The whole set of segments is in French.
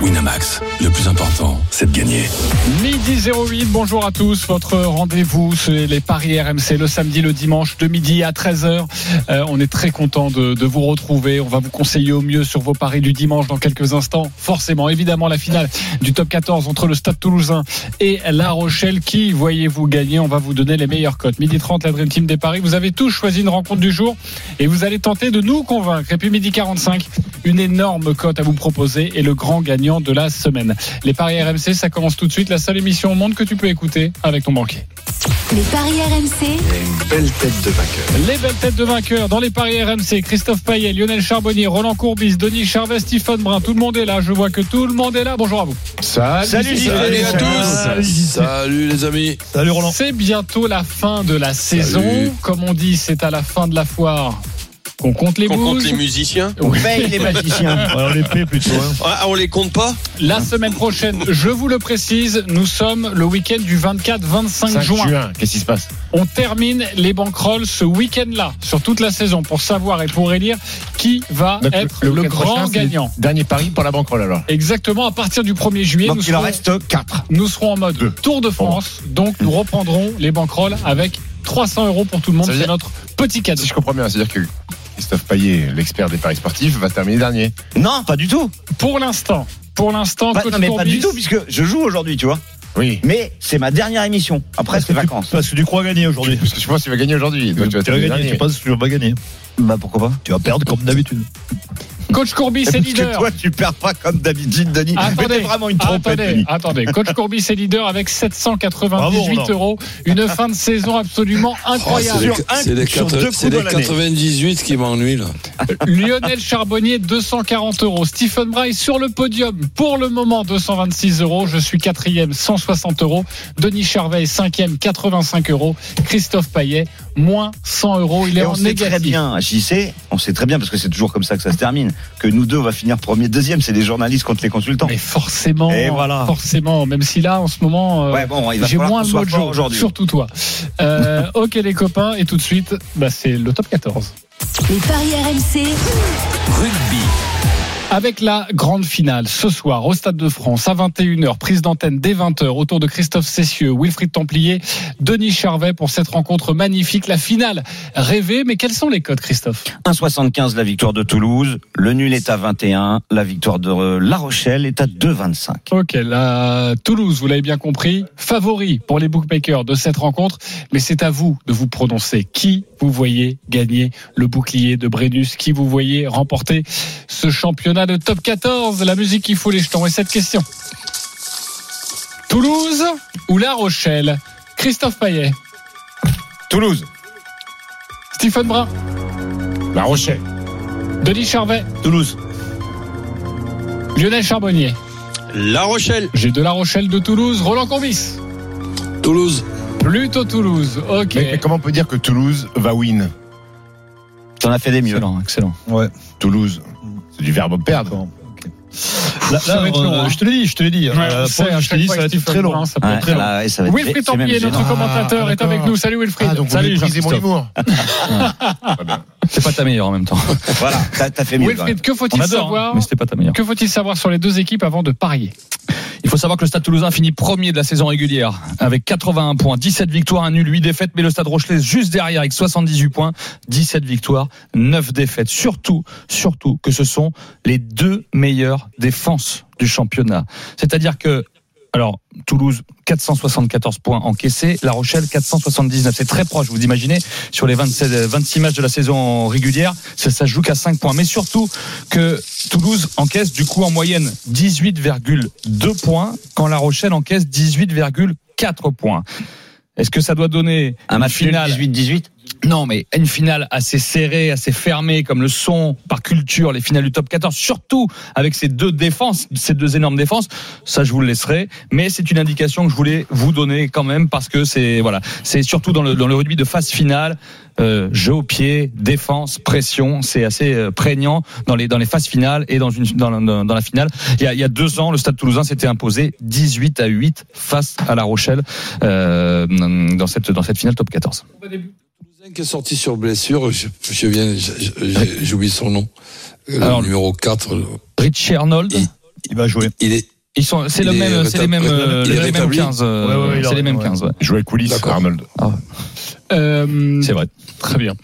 Winamax, le plus important, c'est de gagner. Midi 08, bonjour à tous. Votre rendez-vous, c'est les Paris RMC le samedi, le dimanche, de midi à 13h. Euh, on est très content de, de vous retrouver. On va vous conseiller au mieux sur vos paris du dimanche dans quelques instants. Forcément, évidemment, la finale du top 14 entre le Stade Toulousain et La Rochelle. Qui voyez-vous gagner On va vous donner les meilleures cotes. Midi 30, la Dream Team des Paris. Vous avez tous choisi une rencontre du jour et vous allez tenter de nous convaincre. Et puis midi 45, une énorme cote à vous proposer et le grand gagnant de la semaine. Les paris RMC, ça commence tout de suite. La seule émission au monde que tu peux écouter avec ton banquier. Les paris RMC, Les belles têtes de vainqueurs dans les paris RMC. Christophe Payet, Lionel Charbonnier, Roland Courbis, Denis Charvet, Stephen Brun. Tout le monde est là. Je vois que tout le monde est là. Bonjour à vous. Salut, Salut à tous Oh, Salut les amis Salut Roland C'est bientôt la fin de la saison. Comme on dit, c'est à la fin de la foire qu'on compte les Qu'on compte bouses. les musiciens Oui. les magiciens On les paie plutôt. Ah, on les compte pas La semaine prochaine, je vous le précise, nous sommes le week-end du 24-25 juin. Qu'est-ce qui se passe On termine les bankrolls ce week-end-là, sur toute la saison, pour savoir et pour élire qui va Donc, le- être le le, week-end grand prochain, c'est- gagnant. Dernier pari pour la banquerolle alors. Exactement, à partir du 1er juillet, nous serons, 4. nous serons en mode Deux. Tour de France. Donc, nous reprendrons les bankrolls avec 300 euros pour tout le monde. Ça veut C'est dire- notre petit cadeau. Si je comprends bien, c'est-à-dire que Christophe Payet, l'expert des paris sportifs, va terminer dernier. Non, pas du tout. Pour l'instant, pour l'instant, Pas, coach non, mais pas Courbis, du tout, puisque je joue aujourd'hui, tu vois. Oui. Mais c'est ma dernière émission. Après, c'est vacances. Parce que tu crois gagner aujourd'hui. Parce que je pense qu'il va gagner aujourd'hui. Donc tu vas terminer dernier. penses que tu vas pas gagner. Bah, pourquoi pas Tu vas perdre comme d'habitude. coach Eh, Courbis est Parce leader. que toi, tu perds pas comme d'habitude, Denis. Mais Ah, Attendez, t'es vraiment une trompette, attendez, Denis. attendez. Coach Courbis est leader avec 798 Bravo, Roland. euros. Une fin de saison absolument incroyable. Sur un, Oh, C'est les, sur quatre- deux c'est coups les dans l'année. 98 qui m'ennuient là. Lionel Charbonnier, 240 euros. Stephen Braille sur le podium. Pour le moment, 226 euros. Je suis quatrième, 160 euros. Denis Charvet, est cinquième, 85 euros. Christophe Paillet, moins 100 euros. Il est Et en on sait très négatif. bien, JC, on sait très bien, parce que c'est toujours comme ça que ça se termine, que nous deux, on va finir premier, deuxième. C'est les journalistes contre les consultants. Mais forcément, Et voilà. forcément, même si là, en ce moment, euh, Ouais, bon, il va j'ai falloir moins qu'on le soit mot de fort jour, aujourd'hui. surtout toi. Euh, ok les copains, et tout de suite, bah, c'est le top 14. les paris RMC, Rugby. Avec la grande finale ce soir au Stade de France à 21h, prise d'antenne dès 20h autour de Christophe Cessieux, Wilfried Templier, Denis Charvet pour cette rencontre magnifique, la finale rêvée. Mais quels sont les codes, Christophe 1,75 la victoire de Toulouse, le nul est à 21, la victoire de euh, La Rochelle est à 2,25. Ok, la Toulouse, vous l'avez bien compris, favori pour les bookmakers de cette rencontre. Mais c'est à vous de vous prononcer. Qui vous voyez gagner le bouclier de Brennus Qui vous voyez remporter ce championnat de top 14 La musique qui fout les jetons. Et cette question Toulouse ou La Rochelle Christophe Paillet, Toulouse. Stephen Brun, La Rochelle. Denis Charvet, Toulouse. Lionel Charbonnier. La Rochelle. J'ai de La Rochelle de Toulouse, Roland Combis. Toulouse, Plutôt Toulouse. Ok. Mais, mais comment on peut dire que Toulouse va win T'en as fait des mieux. excellent. Ouais. Toulouse, c'est du verbe perdre. Là, Ça va être euh, long, hein. je te l'ai dit, je te l'ai dit. Ouais, on Euh, Paul, sait, à je te chaque l'ai dit, fois ça va avec être très Stephen long. Brun, ça peut être Ouais, très long. là, et ça va être- Wilfried c'est même Templier, gênant. notre Ah, commentateur, est d'accord. avec nous. Salut Wilfried. Ah, donc vous Salut maîtrisez mon Jean-Christophe. humour. Ah, C'est pas ta meilleure en même temps. Voilà, t'as t'as fait mieux. quand même. Wilfried, que faut-il savoir mais c'était pas ta meilleure. Que faut-il savoir sur les deux équipes avant de parier Il faut savoir que le Stade Toulousain finit premier de la saison régulière avec 81 points, 17 victoires, 1 nul, 8 défaites, mais le Stade Rochelet juste derrière avec 78 points, 17 victoires, 9 défaites. Surtout, surtout que ce sont les deux meilleures défenses du championnat. C'est-à-dire que alors, Toulouse, 474 points encaissés. La Rochelle, 479. C'est très proche, vous imaginez, sur les 27, euh, 26 matchs de la saison régulière, ça, ça se joue qu'à 5 points. Mais surtout que Toulouse encaisse, du coup, en moyenne, 18,2 points, quand La Rochelle encaisse 18,4 points. Est-ce que ça doit donner Un une match nul finale 18-18 Non, mais une finale assez serrée, assez fermée, comme le sont par culture les finales du top 14, surtout avec ces deux défenses, ces deux énormes défenses, ça je vous le laisserai. Mais c'est une indication que je voulais vous donner quand même parce que c'est voilà, c'est surtout dans le, dans le rugby de phase finale, euh, jeu au pied, défense, pression, c'est assez euh, prégnant dans les dans les phases finales et dans une dans, la- dans- dans la finale. Il y, a, il y a deux ans, le Stade Toulousain s'était imposé 18 à 8 face à La Rochelle euh, dans cette dans cette finale top 14. Qui est sorti sur blessure, je, je viens, je- je- j'oublie son nom. Le Alors, numéro 4, Richie Arnold. Il- Il va jouer. il est. Ils sont, c'est Il le est même, c'est les rétabli- mêmes, euh, il est les mêmes rétabli 15, euh, Ouais, ouais, ouais, il c'est a- les mêmes ouais. 15, ouais. Jouer coulisses, D'accord. Arnold. Euh, C'est vrai. Très bien.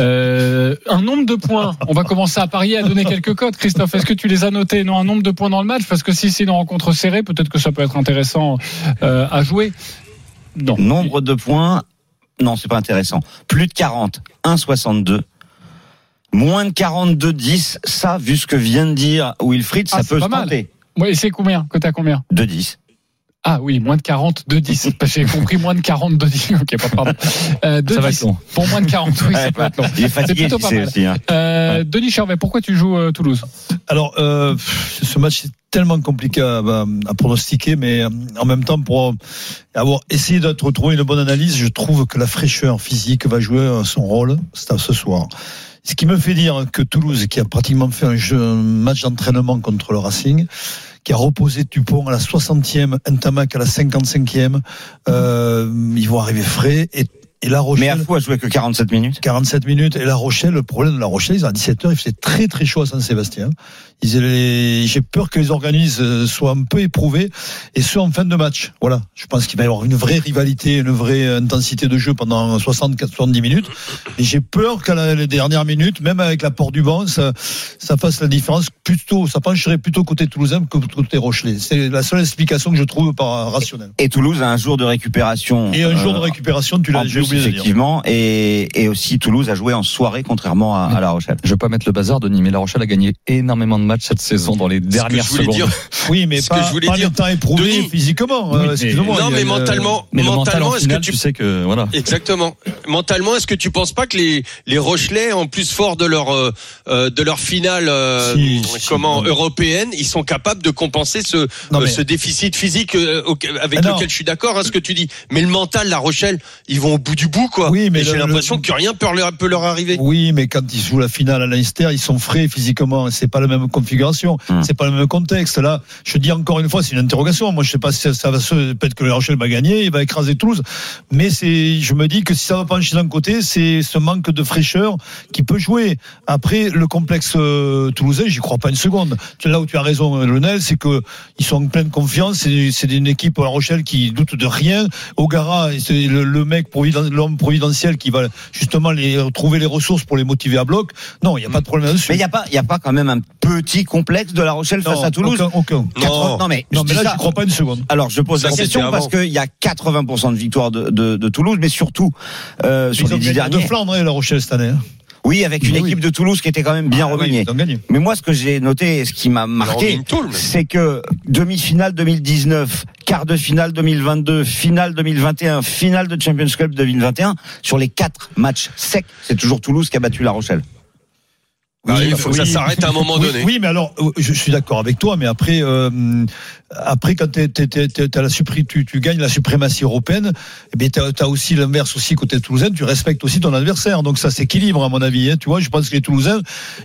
Euh, un nombre de points. On va commencer à parier, à donner quelques codes. Christophe, est-ce que tu les as notés Non, un nombre de points dans le match Parce que si c'est une rencontre serrée, peut-être que ça peut être intéressant euh, à jouer. Non. Nombre de points, non, c'est pas intéressant. Plus de 40, 1,62. Moins de 42, 10, ça, vu ce que vient de dire Wilfried, Ah, ça c'est peut pas se mal. tenter. Ouais, et c'est combien Côte à combien De 10. Ah oui, moins de 40, de 10. Parce que J'ai compris moins de 40, de 10. Ok, pas pardon. Euh, de Ça va 10. être long. Pour moins de 40, oui, ça Ouais, peut être long. Il est C'est fatigué, plutôt pas c'est mal. aussi. hein. Euh, Denis Charvet, pourquoi tu joues euh, Toulouse Alors, euh, pff, ce match est tellement compliqué à, à- à pronostiquer, mais euh, en même temps, pour avoir essayé de trouver une bonne analyse, je trouve que la fraîcheur physique va jouer euh, son rôle c'est ce soir. Ce qui me fait dire que Toulouse, qui a pratiquement fait un, jeu, un match d'entraînement contre le Racing, qui a reposé Dupont à la 60e, Ntamak à la 55e, euh, ils vont arriver frais et, et La Mais à Rochelle. fou a joué que 47 minutes. 47 minutes. Et La Rochelle, le problème de La Rochelle, ils ont à 17h, il faisait très très chaud à Saint-Sébastien. Ils allaient- J'ai peur que les organismes euh, soient un peu éprouvés, et ce en fin de match. Voilà, je pense qu'il va y avoir une vraie rivalité, une vraie euh, intensité de jeu pendant 60-70 minutes. Et j'ai peur qu'à la- les dernières minutes, même avec l'apport du banc, ça, ça fasse la différence plutôt, ça pencherait plutôt côté toulousain que côté rochelais. C'est la seule explication que je trouve par rationnelle. Et Toulouse a un jour de récupération. Et un jour de euh, récupération, tu en l'as, j'ai plus, oublié de le dire. effectivement. Et, et aussi, Toulouse a joué en soirée, contrairement à, à La Rochelle. Mm. Je veux pas mettre le bazar, Denis, mais La Rochelle a gagné énormément de matchs cette saison dans les dernières je voulais secondes. dire, Oui, mais Ce pas, que je voulais pas dire, le temps éprouvé Denis. physiquement. Oui, euh, mais- Excuse-moi. il y Non, a mais le- mentalement- Mais le mental en Mentalement, est-ce que finale, tu- tu... sais que voilà. Exactement. Mentalement, est-ce que tu penses pas que les les Rochelais, en plus forts de leur euh, euh, de leur finale euh, Si, si, comment non. européenne, ils sont capables de compenser ce Non, mais- euh, ce déficit physique euh, auquel- avec Ah, non. lequel je suis d'accord, hein, ce que tu dis. Mais le mental, La Rochelle, ils vont au bout du bout, quoi. Oui, mais Et le- j'ai le- l'impression que rien peut leur, peut leur arriver. Oui, mais quand ils jouent la finale à Leinster, ils sont frais physiquement. hein, C'est pas la même configuration, Hmm. c'est pas le même contexte. Là, je dis encore une fois, c'est une interrogation. Moi, je sais pas si ça, ça va se. Peut-être que le Rochelle va gagner, il va écraser Toulouse. Mais c'est, je me dis que si ça va pencher d'un côté, c'est ce manque de fraîcheur qui peut jouer. Après, le complexe euh, toulousain, j'y crois pas une seconde. Tu- Là où tu as raison, euh, Lionel, c'est que ils sont en pleine confiance. C'est c'est une équipe à La Rochelle qui doute de rien. Ogara, c'est le, le mec providen- l'homme providentiel qui va justement les trouver les ressources pour les motiver à bloc. Non, il n'y a pas de problème là-dessus. Mais il n'y a pas, il y a pas quand même un petit complexe de La Rochelle Non, face à Toulouse. Aucun, aucun. Quatre- non, mais, je Non, mais dis là, ça- je crois pas une seconde. Alors, je pose Ça, la c'était question parce avant. qu'il y a 80% de victoire de, de, de Toulouse, mais surtout euh, sur Ils ont les dix gagné de derniers. Flandre et La Rochelle cette année. hein. Oui, avec une Oui. équipe de Toulouse qui était quand même bien Ah oui, remaniée. Ils ont gagné. Mais moi, ce que j'ai noté, et ce qui m'a marqué, Robin Tool, même. c'est que demi-finale 2019, quart de finale 2022, finale 2021, finale de Champions Club 2021, sur les quatre matchs secs, c'est toujours Toulouse qui a battu La Rochelle. Ah, il faut que ça s'arrête à un moment Oui, donné. Oui, mais alors, euh, je suis d'accord avec toi, mais après, euh, après quand t'es- t'es- t'es- t'es- t'as la supré- tu, tu gagnes la suprématie européenne, eh bien, t'as as aussi l'inverse aussi côté toulousain, tu respectes aussi ton adversaire. Donc ça s'équilibre, à mon avis. hein. Tu vois, je pense que les Toulousains,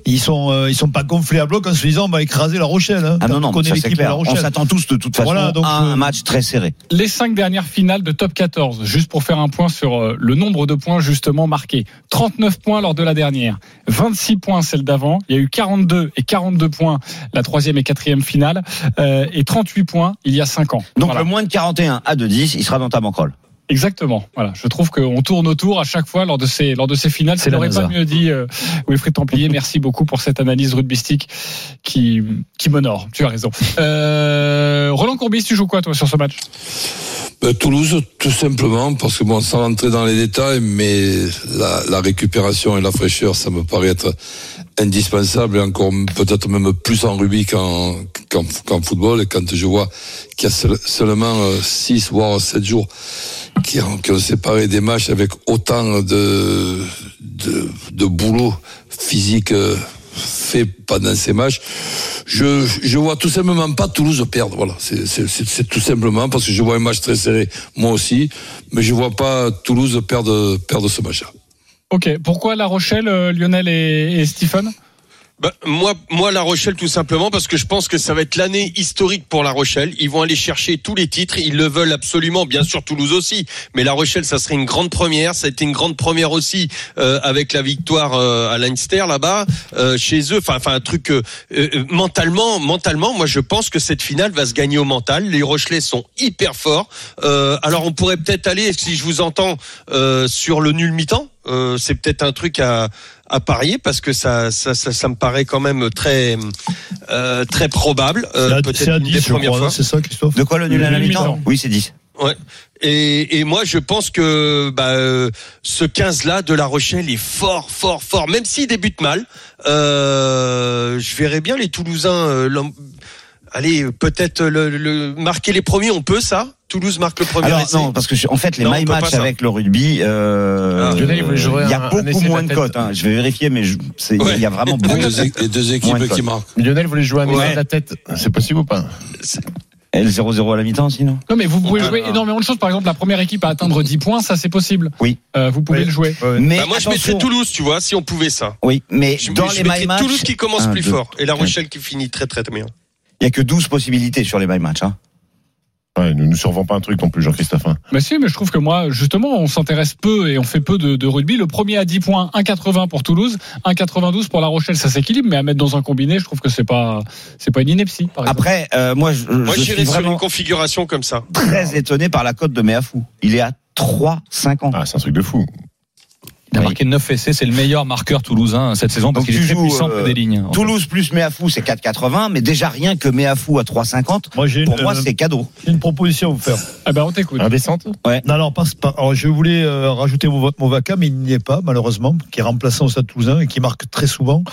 ils sont, euh, ils sont pas gonflés à bloc en se disant, on va écraser la Rochelle. hein. Ah non, Quand non, on connaît ça c'est l'équipe de la clair. On Rochelle. s'attend tous de toute façon Voilà, donc, à un euh, match très serré. Ah, Les cinq dernières finales de top 14, juste pour faire un point sur euh, le nombre de points justement marqués. 39 points lors de la dernière, 26 points celle d'avant, il y a eu 42 et 42 points la troisième et quatrième finale, euh, et 38 points il y a 5 ans. Donc Voilà. le moins de 41 à de 10, il sera dans ta banquerolle. Exactement. Voilà. Je trouve qu'on tourne autour à chaque fois lors de ces, lors de ces finales. C'est C'est la n'aurait pas NASA. mieux dit, euh, Wilfried Templier. Merci beaucoup pour cette analyse rugbystique qui, qui m'honore. Tu as raison. Euh, Roland Courbis, tu joues quoi, toi, sur ce match? Euh, Toulouse, tout simplement, parce que bon, sans rentrer dans les détails, mais la, la récupération et la fraîcheur, ça me paraît être indispensable et encore peut-être même plus en rugby qu'en qu'en qu'en football. Et quand je vois qu'il y a seul- seulement 6 voire 7 jours qui ont, qui ont séparé des matchs avec autant de, de, de boulot physique euh, fait pendant ces matchs, je, je vois tout simplement pas Toulouse perdre. Voilà, c'est c'est- c'est- c'est tout simplement parce que je vois un match très serré, moi aussi, mais je vois pas Toulouse perdre, perdre ce match-là. Ok, pourquoi La Rochelle, euh, Lionel et, et Stephen Bah, moi, moi, La Rochelle, tout simplement, parce que je pense que ça va être l'année historique pour La Rochelle. Ils vont aller chercher tous les titres. Ils le veulent absolument. Bien sûr, Toulouse aussi. Mais La Rochelle, ça serait une grande première. Ça a été une grande première aussi euh, avec la victoire euh, à Leinster là-bas, euh, chez eux. Enfin, enfin, un truc euh, euh, mentalement, mentalement. Moi, je pense que cette finale va se gagner au mental. Les Rochelais sont hyper forts. Euh, alors, on pourrait peut-être aller, si je vous entends, euh, sur le nul mi-temps. Euh, c'est peut-être un truc à, à parier parce que ça, ça, ça, ça me paraît quand même très, euh, très probable. Euh, C'est à- peut-être C'est à une des 10, je premières crois, fois. hein, c'est ça, Christophe De quoi le nul à la Le nul mi-temps mi-temps. Oui, c'est 10. Ouais. Et, et moi, je pense que bah, euh, ce 15-là de La Rochelle est fort, fort, fort. Même s'il débute mal, euh, je verrais bien les Toulousains. euh, l'em- Allez, peut-être le, le- marquer les premiers, on peut ça. Toulouse marque le premier. Alors essai. non, parce que je- en fait les Non, on my peut pas match ça. avec le rugby, euh, Ah. il Lionel, il voulait jouer y a un- un beaucoup essai de moins la de tête. cotes. hein. Je vais vérifier, mais je- c'est- il y a vraiment beaucoup. Les deux, é- les deux Moins de équipes qui fautes. marquent. Lionel voulait jouer un Ouais. essai de la tête. C'est possible ou pas Et le 0-0 à la mi-temps, sinon. Non, mais vous pouvez Ah, jouer non. énormément de choses. Par exemple, la première équipe à atteindre 10 points, ça c'est possible. Oui. Euh, vous pouvez Oui. le jouer. Mais Bah, moi, je attention. mettrais Toulouse, tu vois, si on pouvait ça. Oui, mais Je, dans je les mettrais my match, Toulouse qui commence un, plus deux, fort et La quatre. Rochelle qui finit très, très, très bien. il y a que 12 possibilités sur les my match. Hein. Ouais, ne nous survend pas un truc non plus, Jean-Christophe. hein. Mais Bah si, mais je trouve que moi, justement, on s'intéresse peu et on fait peu de, de rugby. Le premier à 10 points, 1,80 pour Toulouse, 1,92 pour La Rochelle, ça s'équilibre, mais à mettre dans un combiné, je trouve que c'est pas, c'est pas une ineptie, par exemple. Après, euh, moi, je, Moi, je j'irais suis sur une vraiment configuration comme ça. très étonné par la cote de Meafou. Il est à 3,50. Ah, c'est un truc de fou. Il a Oui. marqué 9 essais, c'est le meilleur marqueur toulousain cette saison parce Donc qu'il tu est très joues, puissant euh, près des lignes. en fait. Toulouse plus Meafou, c'est 4,80, mais déjà rien que Meafou à 3,50, Moi, j'ai une, pour moi, euh, c'est cadeau. j'ai une proposition à vous faire. Ah bah, ben, on t'écoute. Indécente Non, alors, passe pas. alors, je voulais euh, rajouter mon, mon vaca, mais il n'y est pas, malheureusement, qui est remplaçant au Stade Toulousain et qui marque très souvent.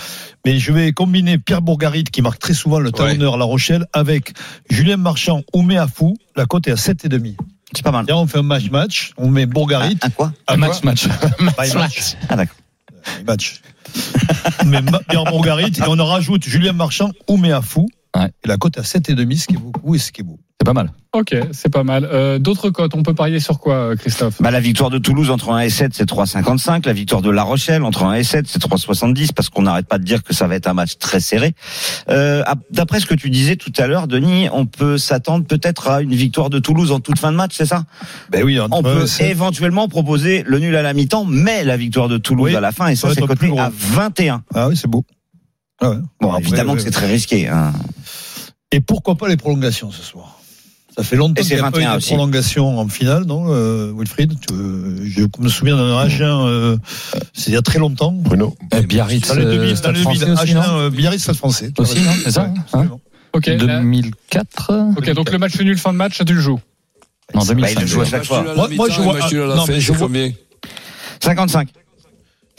Mais je vais combiner Pierre Bourgarit, qui marque très souvent le talonneur La Rochelle, avec Julien Marchand ou Méafou. La cote est à 7,5. C'est pas mal. Là, on fait un match-match, on met Un, Bourgarit, un quoi Un match, match. by match. Ah d'accord. by match. on met Ma- Pierre Bourgarit et on en rajoute Julien Marchand ou Méafou. Ouais. Et la cote est à 7,5, ce qui est beaucoup et ce qui est beau. C'est pas mal. Ok, c'est pas mal. Euh, D'autres cotes, on peut parier sur quoi, euh, Christophe Bah, la victoire de Toulouse entre 1 et 7, c'est 3,55. La victoire de La Rochelle entre 1 et 7, c'est 3,70 parce qu'on n'arrête pas de dire que ça va être un match très serré. Euh, ap- D'après ce que tu disais tout à l'heure, Denis, on peut s'attendre peut-être à une victoire de Toulouse en toute fin de match, c'est ça Ben oui, On peut éventuellement proposer le nul à la mi-temps, mais la victoire de Toulouse Oui, à la fin, et ça ça, va c'est être coté plus gros. à 21. Ah oui, c'est beau. Ah ouais. Bon, Ouais, évidemment ouais, que c'est ouais. très risqué. Hein. Et pourquoi pas les prolongations ce soir Ça fait longtemps Et qu'il c'est n'y a pas eu 21 de aussi. prolongation en finale, non, euh, Wilfried Tu, euh, Je me souviens d'un Agen, euh, c'est il y a très longtemps. Bruno. Euh, Biarritz, Dans les euh, 2000, dans Stade les français 2000, aussi, non Agen, euh, Biarritz, Stade français. Aussi, non C'est ça, Ouais, hein absolument. Ok, là- 2004 ok, donc le match nul fin de match, tu le joues. Non, Bah, il 2005. le joue à chaque fois. Moi- moi, je vois- non, mais je vois- combien 55.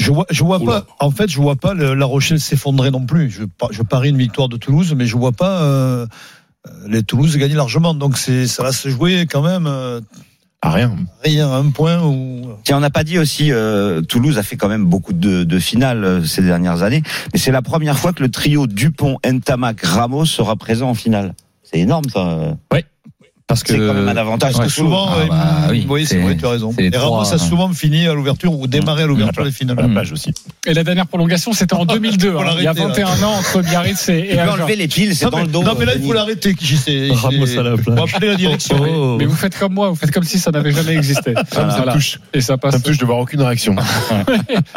Je vois, je vois Oula. pas. En fait, je vois pas le- La Rochelle s'effondrer non plus. Je, par- je parie une victoire de Toulouse, mais je vois pas euh, les Toulouse gagner largement. Donc c'est, ça va se jouer quand même euh, Ah, rien. rien, un point ou. Tiens, on n'a pas dit aussi, euh, Toulouse a fait quand même beaucoup de, de finales euh, ces dernières années, mais c'est la première fois que le trio Dupont, Ntamak, Ramos sera présent en finale. C'est énorme, ça. Parce que C'est quand même un avantage. Parce que pour Toulouse. souvent, euh, Ah bah oui, c'est c'est- vrai, tu as raison. c'est Et trois, Ramos a hein. souvent fini à l'ouverture ou démarré à Mm. l'ouverture des À la finales. plage aussi. Et la dernière prolongation, c'était en 2002, Faut hein, il y a l'arrêter, là. 21 ans entre Biarritz et, Tu et peux Agen. enlever les piles, c'est Non, dans mais- le dos. non, mais là, il Denis. faut l'arrêter. qui- c'est- c'est- Faut appeler la direction. Oh. Mais vous faites comme moi, vous faites comme si ça n'avait jamais existé. Ah, Voilà. Et ça passe. Ça me touche de voir aucune réaction.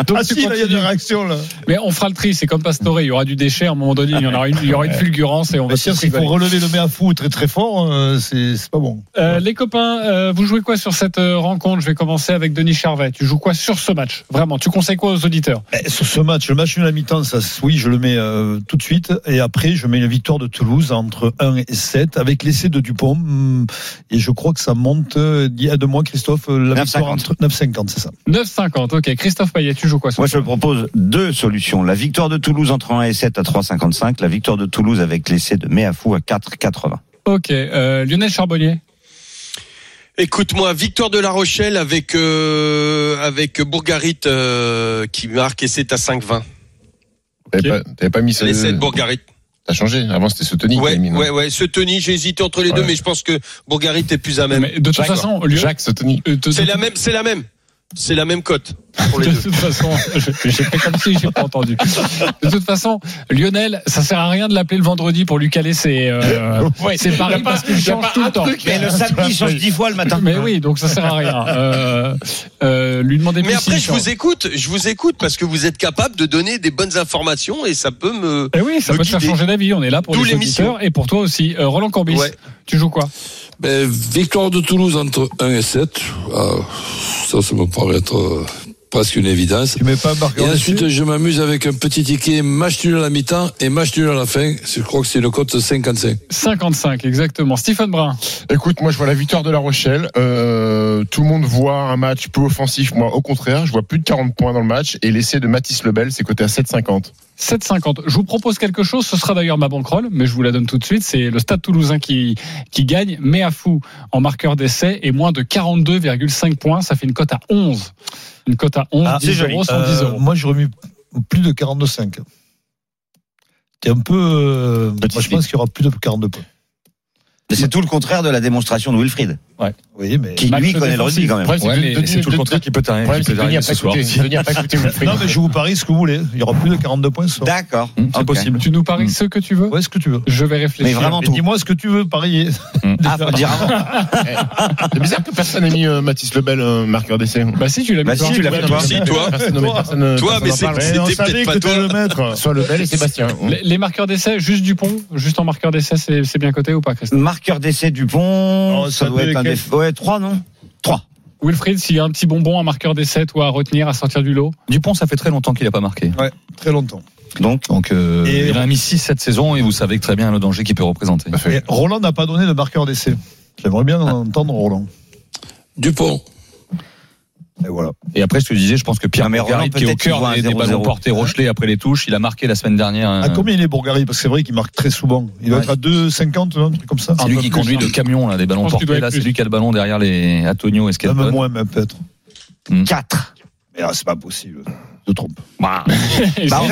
Donc Ah tu si, là, il y a continues. des réactions, là. Mais on fera le tri, c'est comme Pastore, il y aura du déchet à un moment donné, il y en aura une, il y aura une fulgurance et on va Bah, si, se s'il faut rigoler. relever le mets à fou très très fort, euh, c'est c'est pas bon. Euh, les copains, euh, vous jouez quoi sur cette euh, rencontre Je vais commencer avec Denis Charvet. Tu joues quoi sur ce match Vraiment, tu conseilles quoi aux auditeurs Eh, Sur ce match, le match nul à mi-temps, ça, oui, je le mets euh, tout de suite. Et après, je mets une victoire de Toulouse entre 1 et 7 avec l'essai de Dupont. Hum, Et je crois que ça monte, euh, il y a deux mois, Christophe, euh, la 9,50. victoire entre 9,50, c'est ça. 9,50, ok. Christophe Payet, tu joues quoi sur Moi, ce je match propose deux solutions. La victoire de Toulouse entre 1 et 7 à 3,55. La victoire de Toulouse avec l'essai de Méafou à 4,80. Ok, euh, Lionel Charbonnier. Écoute-moi, victoire de La Rochelle avec euh, avec Bourgarit euh, qui marque et c'est à 5-20. T'avais Ok. pas, t'avais pas mis ce. L'essai de Bourgarit. T'as changé. Avant, c'était ce Tony Ouais, t'avais mis. non ouais, ouais. Ce Tony, j'ai hésité entre les Ouais. deux, mais je pense que Bourgarit est plus à même. Mais de toute Jacques, façon, Lionel- Jacques, ce Tony. euh, de- de- C'est la même, c'est la même, c'est la même cote pour les De deux. toute façon, je- j'ai fait comme si j'ai pas entendu. De toute façon, Lionel, ça sert à rien de l'appeler le vendredi pour lui caler ses, euh, ses paris parce qu'il change tout le temps. Mais le samedi, il change 10 fois le matin. Mais oui, donc ça sert à rien. Euh, euh, lui demander Mais plus après, s'il je change. vous écoute, je vous écoute parce que vous êtes capable de donner des bonnes informations et ça peut me. Eh oui, ça me peut te faire guider. changer d'avis. On est là pour D'où les l'émission. auditeurs et pour toi aussi. Euh, Roland Corbis, Ouais. tu joues quoi Ben, victoire de Toulouse entre 1 et 7. Ah, ça, ça me paraît être euh, presque une évidence. Tu mets pas Marc Et ensuite, je m'amuse avec un petit ticket match nul à la mi-temps et match nul à la fin. Je crois que c'est le cote 55. 55, exactement. Stephen Brun. Écoute, moi je vois la victoire de La Rochelle. Euh, tout le monde voit un match peu offensif. Moi, au contraire, je vois plus de 40 points dans le match. Et l'essai de Mathis Lebel, c'est coté à 7,50. 7,50. Je vous propose quelque chose, ce sera d'ailleurs ma bankroll, mais je vous la donne tout de suite. C'est le Stade toulousain qui, qui gagne, mais à fou en marqueur d'essai et moins de 42,5 points. Ça fait une cote à 11. Une cote à 11, Ah, 10 euros, 110 Euh, euros. moi, j'aurais mis plus de 42,5. C'est un peu. euh, Petit moi, je pense qu'il y aura plus de 42 points. Mais c'est tout le contraire de la démonstration de Wilfried, Oui, mais. qui Match lui connaît le défensif. rugby quand même. Ouais, Ouais, que mais Denis- c'est tout le Denis- contraire qui Le problème, c'est que Denis a pas écouté. Denis a pas écouté Wilfried. Non, mais je vous parie ce que vous voulez. Il y aura plus de 42 points ce soir. D'accord. Ok. Tu nous paries Mm. ce que tu veux Ouais, ce que tu veux. Je vais réfléchir. Mais vraiment Mais tout. dis-moi ce que tu veux parier. Ah, faut dire avant. Eh, C'est bizarre que personne n'ait mis euh, Mathis Lebel euh, marqueur d'essai. Bah si, tu l'as Bah mis si, toi. tu l'as Ouais, fait toi. mais si, toi. personne- non, mais personne- Toi, personne mais n'en c'est- parle. c'était Eh, on peut-être savait pas que toi. t'allais le mettre. Soit Lebel et Sébastien. Les les marqueurs d'essai, juste Dupont, juste en marqueur d'essai, c'est c'est bien coté ou pas, Christophe Marqueur d'essai Dupont. Oh, ça ça doit fait être un quel- des. Euh, Ouais, 3, non 3. Wilfried, s'il y a un petit bonbon, un marqueur d'essai, toi, à retenir, à sortir du lot Dupont, ça fait très longtemps qu'il n'a pas marqué. Très longtemps. Donc, Donc, euh, Et- il en a mis 6 cette saison et vous savez que très bien le danger qu'il peut représenter. Et Roland n'a pas donné de marqueur d'essai. J'aimerais bien en entendre Roland. Dupont. Et voilà. Et après, ce que je disais, je pense que Pierre Non, mais Bourgarit, Roland, qui est au peut-être qu'il cœur voit des, un des ballons 0-0. portés Rochelet après les touches, il a marqué la semaine dernière. Ah, À euh, combien il est Bourgari Parce que c'est vrai qu'il marque très souvent. Il doit Ouais. être à 2,50, non, un truc comme ça. C'est Un Ah, lui peu qui plus, conduit hein. le camion là, des ballons Je pense qu'il portés. doit Là, être c'est plus. lui qui a le ballon derrière les Antonio et Hmm. Même Skelton. moins, même peut-être. 4. euh, Mais là, c'est pas possible. Je trompe. Bah, en Non, fait, tout à euh, en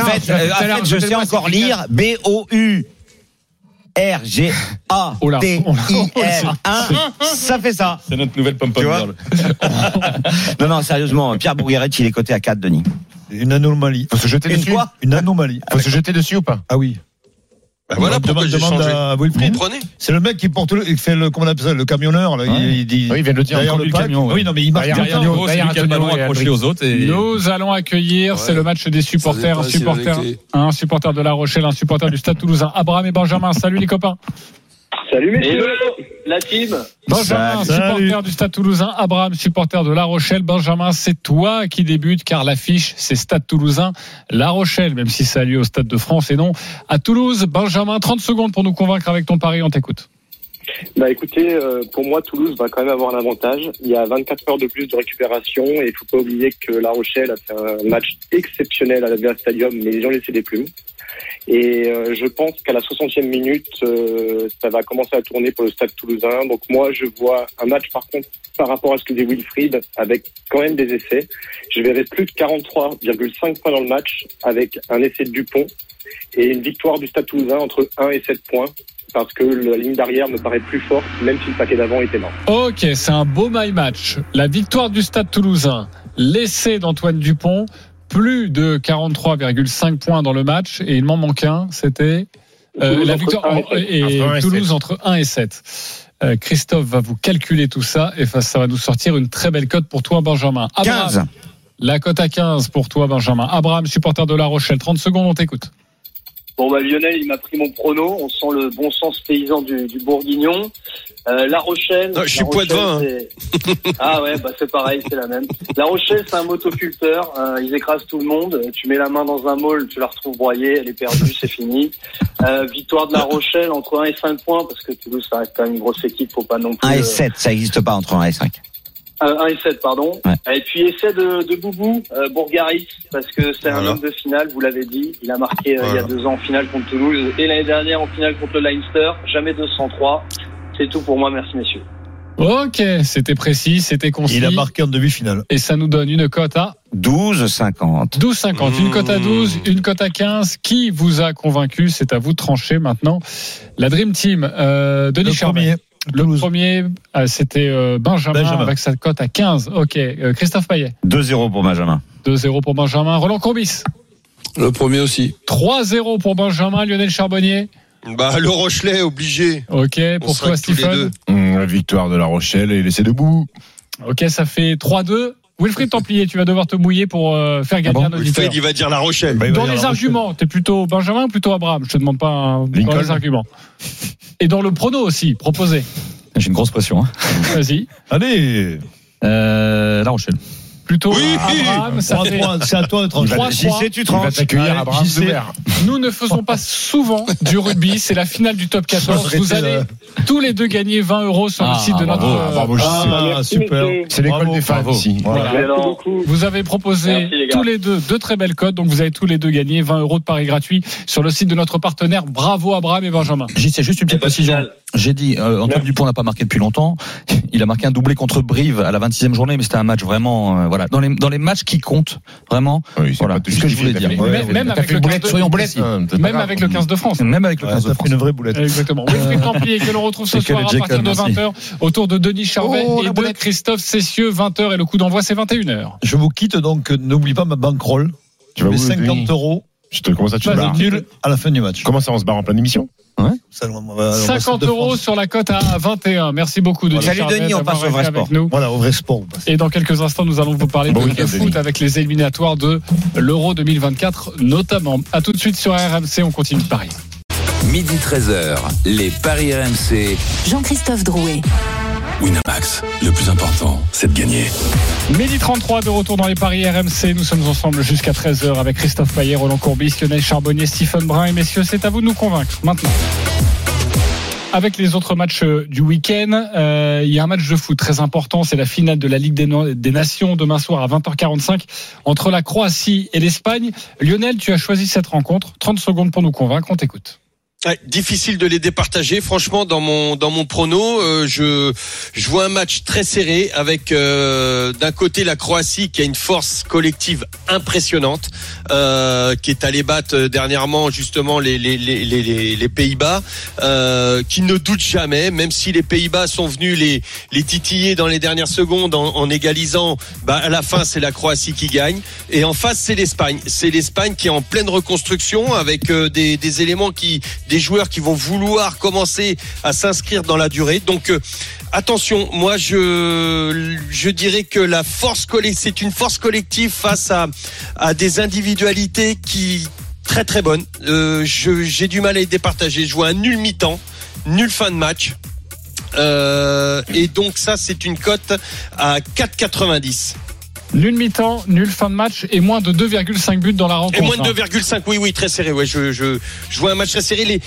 l'heure, fait, je sais tellement encore efficace. lire B-O-U. Oh là, oh là, oh là. R-G-A-T-I-R-1. Ça fait ça. C'est notre nouvelle pomme Tu vois Non, non, sérieusement, Pierre Bourgaretti, il est coté à 4, Denis. Une anomalie. Faut se jeter Une dessus. quoi Une anomalie. Faut se jeter dessus ou pas Ah oui. Bah voilà pourquoi demande, j'ai demande changé. à Vous Wilfried. comprenez C'est le mec qui porte le, qui fait le, comment on appelle ça, le camionneur, là. Ouais. Il, il dit. Ah Ah Oui, il vient de le dire. derrière encore le lui, pack. camion, ouais. Oui, non, mais il marque Derrière derrière. Antonio, Antonio, derrière c'est Antonio, Antonio et accroché Adric. aux autres. Et... Nous allons accueillir, c'est Ouais. le match des supporters, un Ça dépend si supporter, vous avez un supporter de La Rochelle, un supporter du Stade Toulousain. Abraham et Benjamin, salut les copains. Salut messieurs, la team. Benjamin, Salut. supporter du Stade Toulousain. Abraham, supporter de La Rochelle. Benjamin, c'est toi qui débute car l'affiche c'est Stade Toulousain, La Rochelle, même si ça a lieu au Stade de France et non à Toulouse. Benjamin, 30 secondes pour nous convaincre avec ton pari, on t'écoute. Bah écoutez, euh, pour moi Toulouse va quand même avoir l'avantage. Il y a 24 heures de plus de récupération et il faut pas oublier que La Rochelle a fait un match exceptionnel à l'Advia Stadium, mais ils ont laissé des plumes. Et euh, je pense qu'à la 60e minute, euh, ça va commencer à tourner pour le Stade Toulousain. Donc moi, je vois un match par contre par rapport à ce que dit Wilfried, avec quand même des essais. Je verrai plus de 43,5 points dans le match, avec un essai de Dupont et une victoire du Stade Toulousain entre 1 et 7 points parce que la ligne d'arrière me paraît plus forte, même si le paquet d'avant était mort. Ok, c'est un beau my match. La victoire du Stade Toulousain, l'essai d'Antoine Dupont, plus de 43,5 points dans le match et il m'en manque un, c'était Euh, Toulouse la entre victoire un en- et sept. et, Entre un et Toulouse sept. entre 1 et 7. Euh, Christophe va vous calculer tout ça et fa- ça va nous sortir une très belle cote pour toi, Benjamin. Abraham, 15. La cote à 15 pour toi, Benjamin. Abraham, supporter de La Rochelle. 30 secondes, on t'écoute. Bon, bah, Lionel, il m'a pris mon prono. On sent le bon sens paysan du, du Bourguignon. Euh, La Rochelle. Ah, je suis La Rochelle, Poitevin, c'est- Ah ouais, bah c'est pareil, c'est la même. La Rochelle, c'est un motoculteur. euh, ils écrasent tout le monde. Tu mets la main dans un môle, tu la retrouves broyée, elle est perdue, c'est fini. Euh, victoire de La Rochelle entre 1 et 5 points, parce que Toulouse, ça reste quand même une grosse équipe, faut pas non plus. 1 Ah, et euh, 7, ça n'existe pas entre 1 et 5. euh, 1 et 7, pardon. Et puis essai de, de Boubou, euh, Bourgaris, parce que c'est un Voilà. homme de finale, vous l'avez dit. Il a marqué euh, Voilà. il y a deux ans en finale contre Toulouse et l'année dernière en finale contre le Leinster. Jamais 203. C'est tout pour moi, merci messieurs. Ok, c'était précis, c'était concis. Il a marqué en demi-finale. Et ça nous donne une cote à 12,50. 12,50. Une cote à Mmh. 12, une cote à 15. Qui vous a convaincu C'est à vous de trancher maintenant. La Dream Team, euh, Denis Le Charvet. premier. Le premier, euh, c'était euh, Benjamin, Benjamin. avec sa cote à 15. Ok, euh, Christophe Payet. 2-0 pour Benjamin. 2-0 pour Benjamin. Roland Courbis. Le premier aussi. 3-0 pour Benjamin. Lionel Charbonnier. Bah, le Rochelet, obligé. Ok, pour sera toi, que tous les Stephen. deux. Hum, la victoire de La Rochelle et l'essai de Boubou. Ok, ça fait 3-2. Wilfried Templier, tu vas devoir te mouiller pour euh, faire gagner un Le fait, auditeur. il va dire La Rochelle. Bah, il va Dans dire les La Rochelle. arguments, t'es plutôt Benjamin ou plutôt Abraham Je te demande pas un- dans Lincoln. les arguments. Et dans le prono aussi, proposé. J'ai une grosse pression. Hein. Vas-y. Allez Euh, La Rochelle. Plutôt Oui. Abraham, ça fait 3-3, c'est à toi de trancher. Trois, J'y trois. sais, tu Il va tranches. t'accueillir Allez, à bras j'y sais. ouverts. Nous ne faisons pas souvent du rugby, c'est la finale du top 14. Vous Arrêtez, allez là. tous les deux gagner 20 euros sur le Ah, site de notre. bravo, euh, bravo, j'y sais. Ah, Merci, super. messieurs. C'est l'école Bravo, des fans bravo. ici. Voilà. Merci beaucoup. Vous avez proposé Merci, les gars. tous les deux deux très belles codes, donc vous avez tous les deux gagné 20 euros de paris gratuits sur le site de notre partenaire. Bravo Abraham et Benjamin. J'y sais juste une petite précision. J'ai dit, euh, Antoine Dupont n'a pas marqué depuis longtemps. Il a marqué un doublé contre Brive à la 26e journée, mais c'était un match vraiment, euh, voilà, dans les, dans les matchs qui comptent, vraiment. Oui, c'est Voilà, pas tout c'est ce que je justifié, voulais t'as dire. fait- Même- ouais, même t'as avec fait le boulette, quinze de- soyons boulettes. Hein, c'est pas Même grave. avec le 15 de France. Même avec le Ouais, 15 de t'as France. Euh, fait une vraie boulette. Exactement. Wilfried Templier que l'on retrouve ce C'est que soir le à Jekyll, partir de merci. 20h autour de Denis Charvet Oh, et la de boulette. Christophe Cessieux, 20h et le coup d'envoi c'est 21h. Je vous quitte donc, n'oublie pas ma bankroll. Tu vas mes où, 50 Denis euros Je te commence à te Vas-y. barres. nul à la fin du match. Comment ça, on se barre en pleine émission Ça, on va- on Ah, va- on va- 50 de France. euros sur la cote à 21. Merci beaucoup Denis Salut, Charvet Denis, on d'avoir passe au été vrai avec sport. nous. Voilà, au vrai sport. on passe. Et dans quelques instants, nous allons vous parler Bon de, week-end, de foot Denis. avec les éliminatoires de l'Euro 2024 notamment. À tout de suite sur RMC, on continue de parier. Midi 13h, les Paris RMC. Jean-Christophe Drouet. Winamax, le plus important, c'est de gagner. Midi 33 de retour dans les paris RMC. Nous sommes ensemble jusqu'à 13h avec Christophe Payet, Roland Courbis, Lionel Charbonnier, Stephen Brun. Et messieurs, c'est à vous de nous convaincre maintenant. Avec les autres matchs euh, du week-end, euh, il y a un match de foot très important. C'est la finale de la Ligue des, No- des Nations demain soir à 20h45 entre la Croatie et l'Espagne. Lionel, tu as choisi cette rencontre. 30 secondes pour nous convaincre. On t'écoute. Ouais, difficile de les départager. Franchement, dans mon dans mon prono, euh, je je vois un match très serré avec euh, d'un côté la Croatie qui a une force collective impressionnante, euh, qui est allée battre euh, dernièrement justement les les les les, les- les Pays-Bas, euh, qui ne doute jamais, même si les Pays-Bas sont venus les les titiller dans les dernières secondes en, en égalisant. Bah, à la fin, c'est la Croatie qui gagne. Et en face, c'est l'Espagne. C'est l'Espagne qui est en pleine reconstruction avec euh, des, des éléments qui, des joueurs qui vont vouloir commencer à s'inscrire dans la durée. Donc euh, attention, moi je je dirais que la force collective, c'est une force collective face à à des individualités qui très très bonnes. Euh, je- j'ai du mal à les départager. Je vois un nul mi-temps, nul fin de match. Euh, et donc ça c'est une cote à 4,90 Nul mi-temps, nul fin de match et moins de 2,5 buts dans la rencontre. Et moins de hein. 2,5, oui, oui, très serré. Ouais, je, je, je vois un match très serré. Les,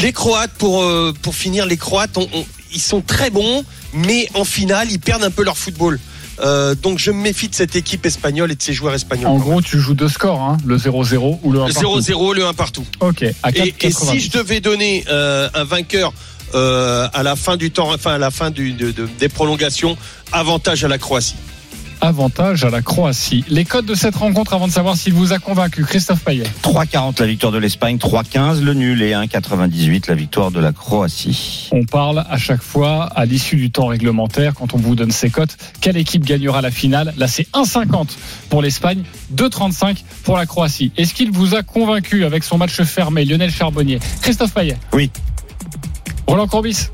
les Croates, pour, euh, pour finir, les Croates, on- on- ils sont très bons, mais en finale, ils perdent un peu leur football. Euh, donc je me méfie de cette équipe espagnole et de ses joueurs En espagnols. gros, tu joues deux scores, hein, le 0-0 ou le 1 Le 0-0, le 1 partout. Ok, à Et, 4,90. et si je devais donner euh, un vainqueur euh, à la fin du temps, enfin à la fin du, de- de- des prolongations, avantage à la Croatie. Avantage à la Croatie. Les codes de cette rencontre avant de savoir s'il vous a convaincu, Christophe Payet. 3,40 la victoire de l'Espagne, 3,15 le nul et 1,98 la victoire de la Croatie. On parle à chaque fois, à l'issue du temps réglementaire, quand on vous donne ces cotes, quelle équipe gagnera la finale Là, c'est 1,50 pour l'Espagne, 2,35 pour la Croatie. Est-ce qu'il vous a convaincu avec son match fermé, Lionel Charbonnier Christophe Payet Oui. Roland Courbis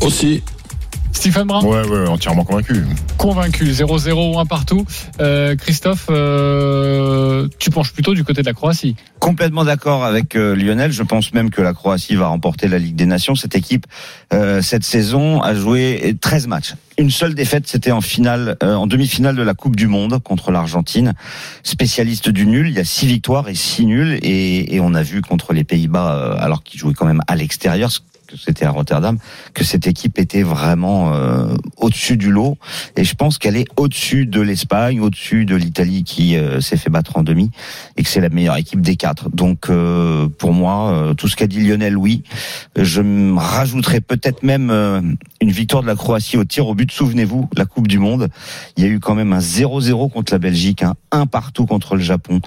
Aussi, Stephen Brun Ouais, ouais, entièrement convaincu. Convaincu, 0-0 ou 1 partout. Euh, Christophe, euh, tu penches plutôt du côté de la Croatie. Complètement d'accord avec euh, Lionel. Je pense même que la Croatie va remporter la Ligue des Nations. Cette équipe, euh, cette saison, a joué 13 matchs. Une seule défaite, c'était en finale, euh, en demi-finale de la Coupe du Monde contre l'Argentine. Spécialiste du nul, il y a six victoires et six nuls. Et, et on a vu contre les Pays-Bas, euh, alors qu'ils jouaient quand même à l'extérieur, ce que c'était à Rotterdam, que cette équipe était vraiment euh, au-dessus du lot. Et je pense qu'elle est au-dessus de l'Espagne, au-dessus de l'Italie qui euh, s'est fait battre en demi, et que c'est la meilleure équipe des quatre. Donc euh, pour moi, euh, tout ce qu'a dit Lionel, oui. Je me rajouterai peut-être même euh, une victoire de la Croatie au tir au but. Souvenez-vous, la Coupe du Monde, il y a eu quand même un 0-0 contre la Belgique, un 1 partout contre le Japon.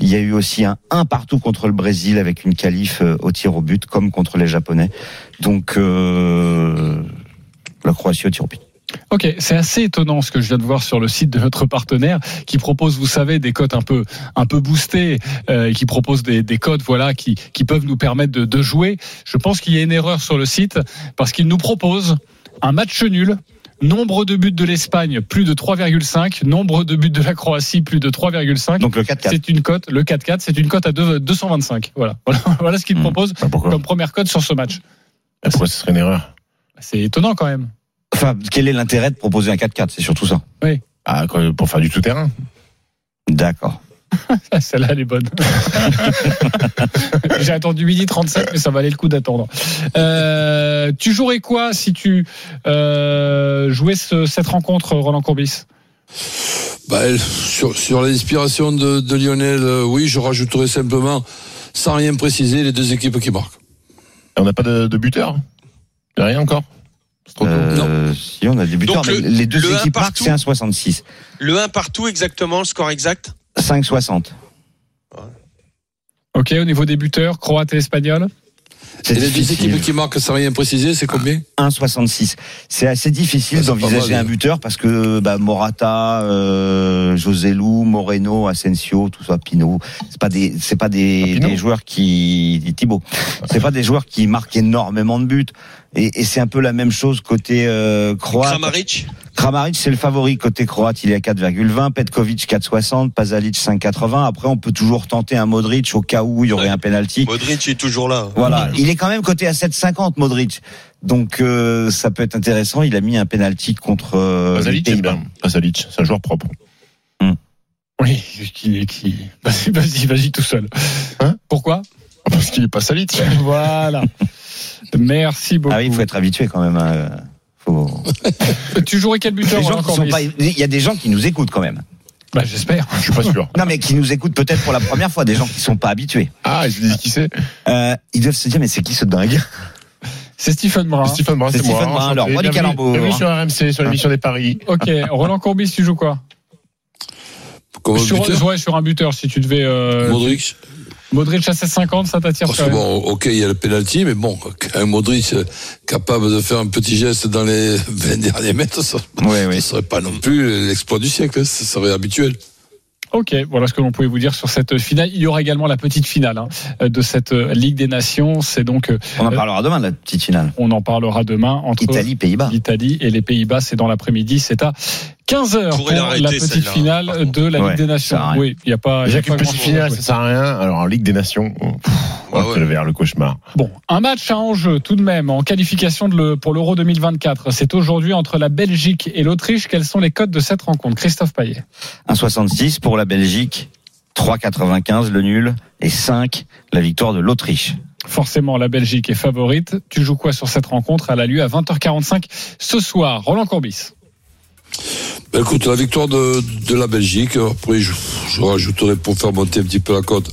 Il y a eu aussi un 1 partout contre le Brésil avec une qualif euh, au tir au but, comme contre les Japonais. Donc, euh, la Croatie au tir au but. Ok, c'est assez étonnant ce que je viens de voir sur le site de notre partenaire qui propose, vous savez, des cotes un peu, un peu boostées, euh, et qui propose des, des cotes, voilà, qui, qui peuvent nous permettre de, de jouer. Je pense qu'il y a une erreur sur le site parce qu'il nous propose un match nul. Nombre de buts de l'Espagne, plus de 3,5. Nombre de buts de la Croatie, plus de 3,5. Donc le 4-4. C'est une cote, le 4-4, c'est une cote à deux- 225. Voilà, voilà, voilà ce Hmm. qu'il propose Bah, comme première cote sur ce match. Pourquoi ce serait une erreur C'est étonnant quand même. Enfin, quel est l'intérêt de proposer un 4-4 C'est surtout ça. Oui. Ah, quoi, pour faire du tout-terrain. D'accord. Ah, Celle-là, elle est bonne. J'ai attendu midi 37, mais ça valait le coup d'attendre. Euh, tu jouerais quoi si tu euh, jouais ce- cette rencontre, Roland Courbis Bah, elle, sur, sur l'inspiration de, de Lionel, euh, oui, je rajouterai simplement, sans rien préciser, les deux équipes qui marquent. Et on n'a pas de, de buteur Y a Rien encore Euh, si on a des buteurs, Donc, mais le- les deux le un équipes marquent, c'est 1,66. Le 1 partout exactement, le score exact 5,60. Ok, au niveau des buteurs, croates et espagnols Et les deux équipes qui marquent, sans rien préciser, c'est combien 1,66. C'est assez difficile Ouais, Bah, c'est pas d'envisager mal. hein. un buteur parce que bah, Morata, euh, José Lou, Moreno, Asensio, tout ça, Pino, c'est pas des, c'est pas Ah, des, des joueurs qui, dit Thibaut, c'est pas des joueurs qui marquent énormément de buts. Et, et c'est un peu la même chose côté euh, croate. Kramaric Kramaric, c'est le favori côté croate, il est à 4,20, Petkovic 4,60, Pazalic 5,80. Après, on peut toujours tenter un Modric au cas où il y aurait un penalty. Modric est toujours là. Ah, Voilà, il est quand même coté à 7,50 Modric. Donc euh, ça peut être intéressant. Il a mis un penalty contre euh, Pasalic, les j'aime Pays-Bas. bien. ah, Pasalic, c'est un joueur propre. Oui, qui. qui... Ah, Vas-y, vas-y, vas-y tout seul. Pourquoi Hein Parce qu'il est pas salite. Voilà. Merci beaucoup. Ah oui, il faut être habitué quand même. hein. Faut- Tu jouerais quel buteur, Les gens Roland qui sont Courbis pas- Il y a des gens qui nous écoutent quand même. Bah, J'espère. Je suis pas sûr. Non, mais qui nous écoutent peut-être pour la première fois. Des gens qui sont pas habitués. Ah, ils se disent qui c'est Euh, ils doivent se dire mais c'est qui ce dingue C'est Stephen Brun. Stephen Brun, Hein C'est c'est moi. Stephen Brun, enchanté. alors, moi, du Bienvenue- Calembour. hein. bienvenue sur RMC, sur l'émission des paris. Ok, Roland Courbis, tu joues quoi Comme sur, buteur ouais, sur un buteur, si tu devais. euh, Modric Modric à 7,50, ça t'attire Parce quand que même. bon, ok, il y a le penalty, mais bon, un Modric euh, capable de faire un petit geste dans les 20 derniers mètres, ça Ouais, ne ouais. serait pas non plus l'exploit du siècle, hein, ça serait habituel. Ok, voilà ce que l'on pouvait vous dire sur cette finale. Il y aura également la petite finale hein, de cette euh, Ligue des Nations. C'est donc, euh, On en parlera demain de la petite finale. on en parlera demain entre Italie, Pays-Bas. l'Italie et les Pays-Bas. C'est dans l'après-midi. C'est à 15 h Pourrait pour l'arrêter, la petite celle-là, par finale contre. de la Ligue Ouais, ça des sert Nations. à rien. Oui, il n'y a pas. il y a Déjà pas qu'une petite grand-chose à finale, jouer. Ah ça sert à rien. Alors, en Ligue des Nations, oh, pff, Ouais, on va ouais. se lever vers le cauchemar. Bon, un match à enjeu tout de même en qualification de le- pour l'Euro 2024. C'est aujourd'hui entre la Belgique et l'Autriche. Quels sont les codes de cette rencontre, Christophe Payet 1,66 pour la Belgique, 3,95 le nul et 5 la victoire de l'Autriche. Forcément, la Belgique est favorite. Tu joues quoi sur cette rencontre Elle a lieu à 20h45 ce soir. Roland Courbis. Ben, écoute, la victoire de, de la Belgique, après je, je rajouterai pour faire monter un petit peu la cote,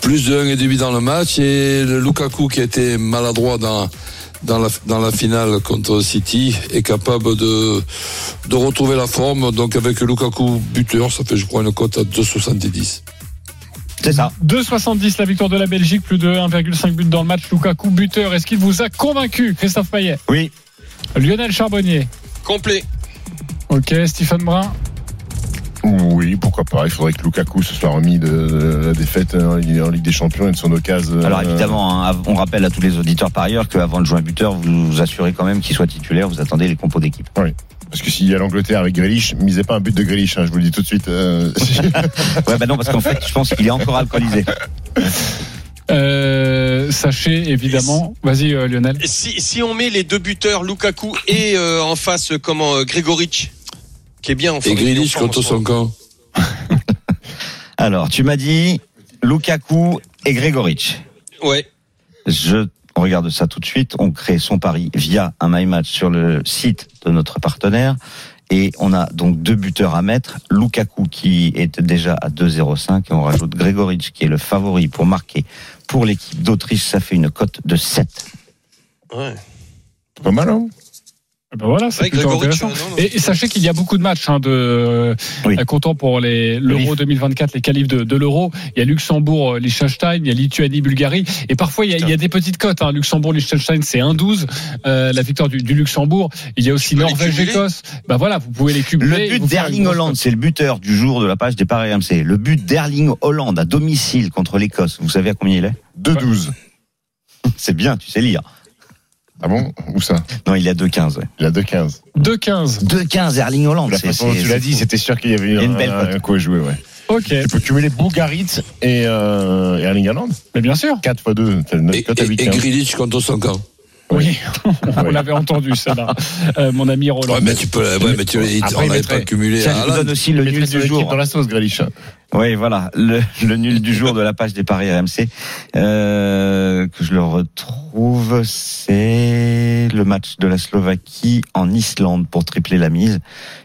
plus de 1,5 dans le match et le Lukaku qui a été maladroit dans, dans, la, dans la finale contre City est capable de, de retrouver la forme. Donc avec Lukaku buteur, ça fait je crois une cote à 2,70. C'est ça. 2,70 la victoire de la Belgique, plus de 1,5 but dans le match. Lukaku buteur. Est-ce qu'il vous a convaincu, Christophe Payet Oui. Lionel Charbonnier. Complet. Ok, Stephen Brun. Oui, pourquoi pas. Il faudrait que Lukaku se soit remis de, de la défaite euh, en Ligue en Ligue des Champions et de son occasion. Alors euh, évidemment, hein, on rappelle à tous les auditeurs par ailleurs qu'avant de jouer un buteur, vous vous assurez quand même qu'il soit titulaire, vous attendez les compos d'équipe. Oui. Parce que s'il y a l'Angleterre avec Grealish, misez pas un but de Grealish, hein, je vous le dis tout de suite. euh, si- Ouais, bah non, parce qu'en fait, je pense qu'il est encore alcoolisé. Euh, sachez évidemment. Vas-y, euh, Lionel. Si, si on met les deux buteurs, Lukaku et euh, en face, euh, comment, euh, Grégoric, qui est bien en Et forme. Grealish Il est en forme contre en ce moment. son camp. Alors, tu m'as dit Lukaku et Gregoric. Ouais. Je on regarde ça tout de suite. On crée son pari via un My Match sur le site de notre partenaire. Et on a donc deux buteurs à mettre. Lukaku qui est déjà à 2,05 et on rajoute Gregoric qui est le favori pour marquer pour l'équipe d'Autriche. Ça fait une cote de 7. Ouais. Pas mal, hein Ah ben voilà, c'est Ouais, plutôt Grégory, intéressant. tu- non, non, et, et sachez qu'il y a beaucoup de matchs hein, de Oui. euh, comptant pour les l'Euro 2024, les qualifs de, de l'Euro. Il y a Luxembourg, euh, Liechtenstein, il y a Lituanie, Bulgarie. Et parfois il y a, il y a des petites cotes. Hein. Luxembourg, Liechtenstein, c'est 1,12 euh, la victoire du, du Luxembourg. Il y a aussi peux les Norvège, cumuler Écosse. Bah voilà, vous pouvez les cumuler. Le but vous faire une d'Erling grosse Hollande, cote. c'est le buteur du jour de la page des paris RMC. Le but d'Erling Hollande à domicile contre l'Écosse. Vous savez à combien il est 2-12. C'est bien, tu sais lire. Ah bon Où ça Non, il est à 2,15. ouais. Il a 2-15. 2,15. 2,15 Erling Hollande. La c'est- façon dont c'est- tu l'as c'est dit, fou. c'était sûr qu'il y avait y a une un- belle cote. un coup à jouer, ouais. Ok, Tu peux cumuler Bougarit et, euh, et Erling Haaland mais bien sûr. 4 x 2, t'as Et, 9 et, cotes à 8 et Grealish contre son camp. Oui, on Ouais. l'avait entendu celle-là, Euh, mon ami Roland. Ouais, mais tu peux, ouais, mais tu, Après, on il n'avait mettrait- pas cumulé Tiens, à je vous Haaland. donne aussi le nul du jour. dans la sauce, Grealish. Oui, voilà, le, le nul du jour de la page des paris RMC. Euh, que je le retrouve, c'est le match de la Slovaquie en Islande pour tripler la mise.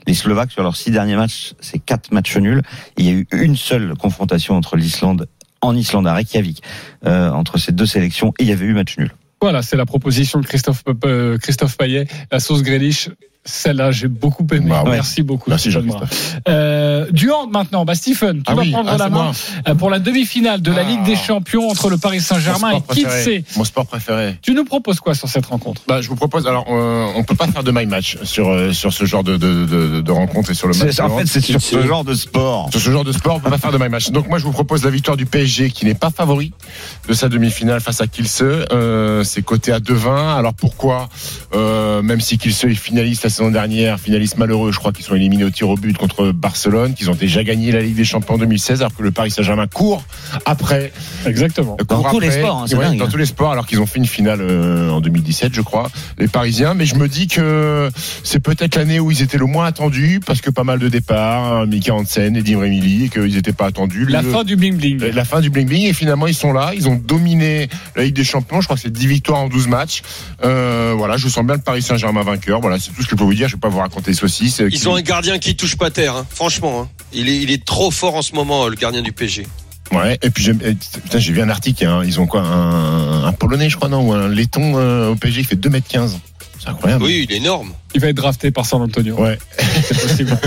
Les Slovaques, sur leurs six derniers matchs, c'est quatre matchs nuls. Il y a eu une seule confrontation entre l'Islande en Islande à Reykjavik, euh, entre ces deux sélections, et il y avait eu match nul. Voilà, c'est la proposition de Christophe, euh, Christophe Payet, la sauce Grealish. Celle-là, j'ai beaucoup aimé. Bah ouais. Merci beaucoup. Merci, Stephen Jean-Christophe. Brun. Euh, du hand maintenant. Bah, Stephen, tu vas prendre la Ah c'est main moi. euh, pour la demi-finale de la Ah. Ligue des Champions entre le Paris Saint-Germain Mon et sport qui préféré. sait. Mon sport préféré. Tu nous proposes quoi sur cette rencontre Bah, je vous propose. Alors, euh, on peut pas faire de my match sur euh, sur ce genre de de, de, de rencontre et sur le match. C'est- En fait, c'est sur ce C'est- genre de sport. Sur ce genre de sport, on peut pas faire de my match. Donc moi, je vous propose la victoire du PSG qui n'est pas favori de sa demi-finale face à Kielce. Euh, c'est coté à 2-20. Alors pourquoi euh, Même si Kielce est finaliste la saison dernière, finaliste malheureux, je crois qu'ils sont éliminés au tir au but contre Barcelone, qu'ils ont déjà gagné la Ligue des Champions en 2016, alors que le Paris Saint-Germain court après. Exactement. Dans court tous les après. sports, hein, c'est Ouais, dingue, Dans hein. tous les sports, alors qu'ils ont fait une finale euh, en 2017, je crois, les Parisiens. Mais je me dis que c'est peut-être l'année où ils étaient le moins attendus, parce que pas mal de départs, hein, Mika Hansen, Eddie Remili, et qu'ils n'étaient pas attendus. La Le- fin du bling bling. la fin du bling bling et finalement ils sont là, ils ont dominé la Ligue des Champions, je crois que c'est 10 victoires en 12 matchs. Euh, voilà, je sens bien le Paris Saint-Germain vainqueur, voilà, c'est tout ce que je peux vous dire, je vais pas vous raconter les saucisses. euh, Ils ont un gardien qui touche pas terre, hein. franchement. hein. Il, est, il est trop fort en ce moment, euh, le gardien du PSG. Ouais, et puis j'aime- eh, putain, j'ai vu un article, hein, ils ont quoi un, un polonais je crois non ou un laiton euh, au PSG, il fait 2m15. C'est incroyable. Oui, il est énorme. Il va être drafté par San Antonio. Ouais. C'est possible.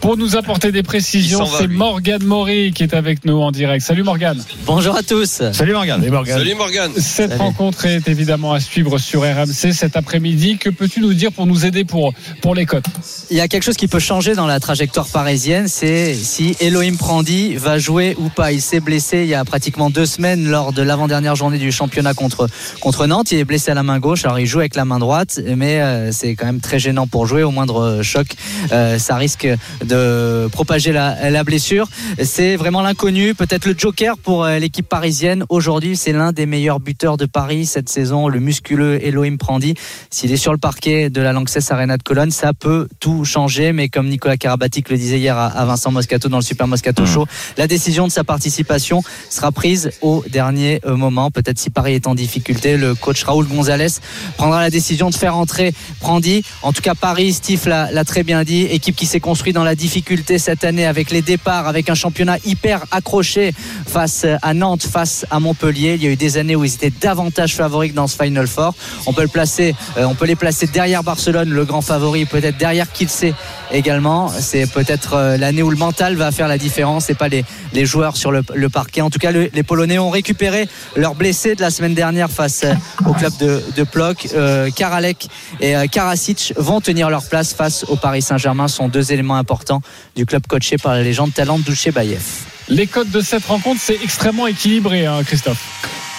Pour nous apporter des Il précisions, s'en va, c'est lui. Morgane Maury qui est avec nous en direct. Salut Morgane. Bonjour à tous. Salut Morgan. Allez, Morgane. Salut Morgan. Cette Salut. rencontre est évidemment à suivre sur RMC cet après-midi. Que peux-tu nous dire pour nous aider pour, pour les cotes Il y a quelque chose qui peut changer dans la trajectoire parisienne, c'est si Elohim Prandi va jouer ou pas. Il s'est blessé il y a pratiquement deux semaines lors de l'avant-dernière journée du championnat contre, contre Nantes. Il est blessé à la main gauche, alors il joue avec la main droite, mais euh, c'est quand même très gênant pour jouer. Au moindre euh, choc, euh, ça risque de euh, propager la, la blessure. C'est vraiment l'inconnu, peut-être le joker pour euh, l'équipe parisienne. Aujourd'hui, c'est l'un des meilleurs buteurs de Paris cette saison, le musculeux Elohim Prandi. S'il est sur le parquet de la Lanxess Arena de Cologne, ça peut tout changer. Mais comme Nicolas Karabatic le disait hier à- à Vincent Moscato dans le Super Moscato Show, la décision de sa participation sera prise au dernier euh, moment. Peut-être si Paris est en difficulté, le coach Raoul Gonzalez prendra la décision de faire entrer Prandi. En tout cas, Paris, Steve l'a l'a très bien dit, équipe qui s'est construite dans la difficulté cette année avec les départs, avec un championnat hyper accroché face à Nantes, face à Montpellier. Il y a eu des années où ils étaient davantage favoris que dans ce Final Four. On peut le placer, euh, on peut les placer derrière Barcelone, le grand favori, peut-être derrière Kielce également. C'est peut-être euh, l'année où le mental va faire la différence et pas les, les joueurs sur le, le parquet. En tout cas, le- les Polonais ont récupéré leurs blessés de la semaine dernière face euh, au club de, de Plock. Euh, Karalek et euh, Karasic vont tenir leur place face aux Parisiens. Paris Saint-Germain sont deux éléments importants du club coaché par la légende talent Douché Bayev. Les codes de cette rencontre, c'est extrêmement équilibré, hein, Christophe.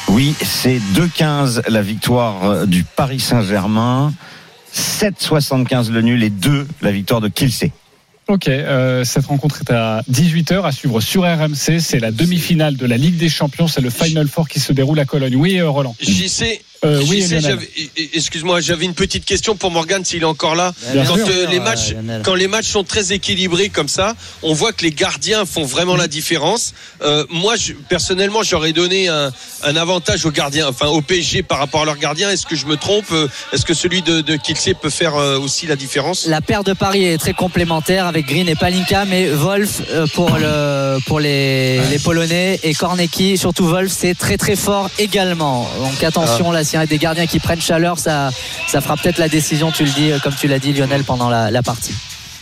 Oui, c'est 2-15 la victoire euh, du Paris Saint-Germain, 7-75 le nul et 2 la victoire de Kilsey. Ok, euh, cette rencontre est à 18h à suivre sur RMC. C'est la demi-finale de la Ligue des Champions. C'est le Final Four qui se déroule à Cologne. Oui, euh, Roland. J'y sais. Euh, oui, j'y sais, Lionel. j'avais- Excuse-moi, j'avais une petite question pour Morgan s'il est encore là. Bien quand, sûr. euh, les Ah, matchs, Lionel. quand les matchs sont très équilibrés comme ça, on voit que les gardiens font vraiment la différence. Euh, moi, je- personnellement, j'aurais donné un, un avantage aux gardiens, enfin au PSG par rapport à leurs gardiens. Est-ce que je me trompe Euh, Est-ce que celui de, de Kielce peut faire euh, aussi la différence La paire de Paris est très complémentaire avec Green et Palinka, mais Wolf euh, pour, le, pour les, les Polonais et Korneki, surtout Wolf, c'est très très fort également. Donc Ah. attention, là, s'il y a des gardiens qui prennent chaleur, ça, ça fera peut-être la décision, tu le dis, euh, comme tu l'as dit, Lionel, pendant la, la partie.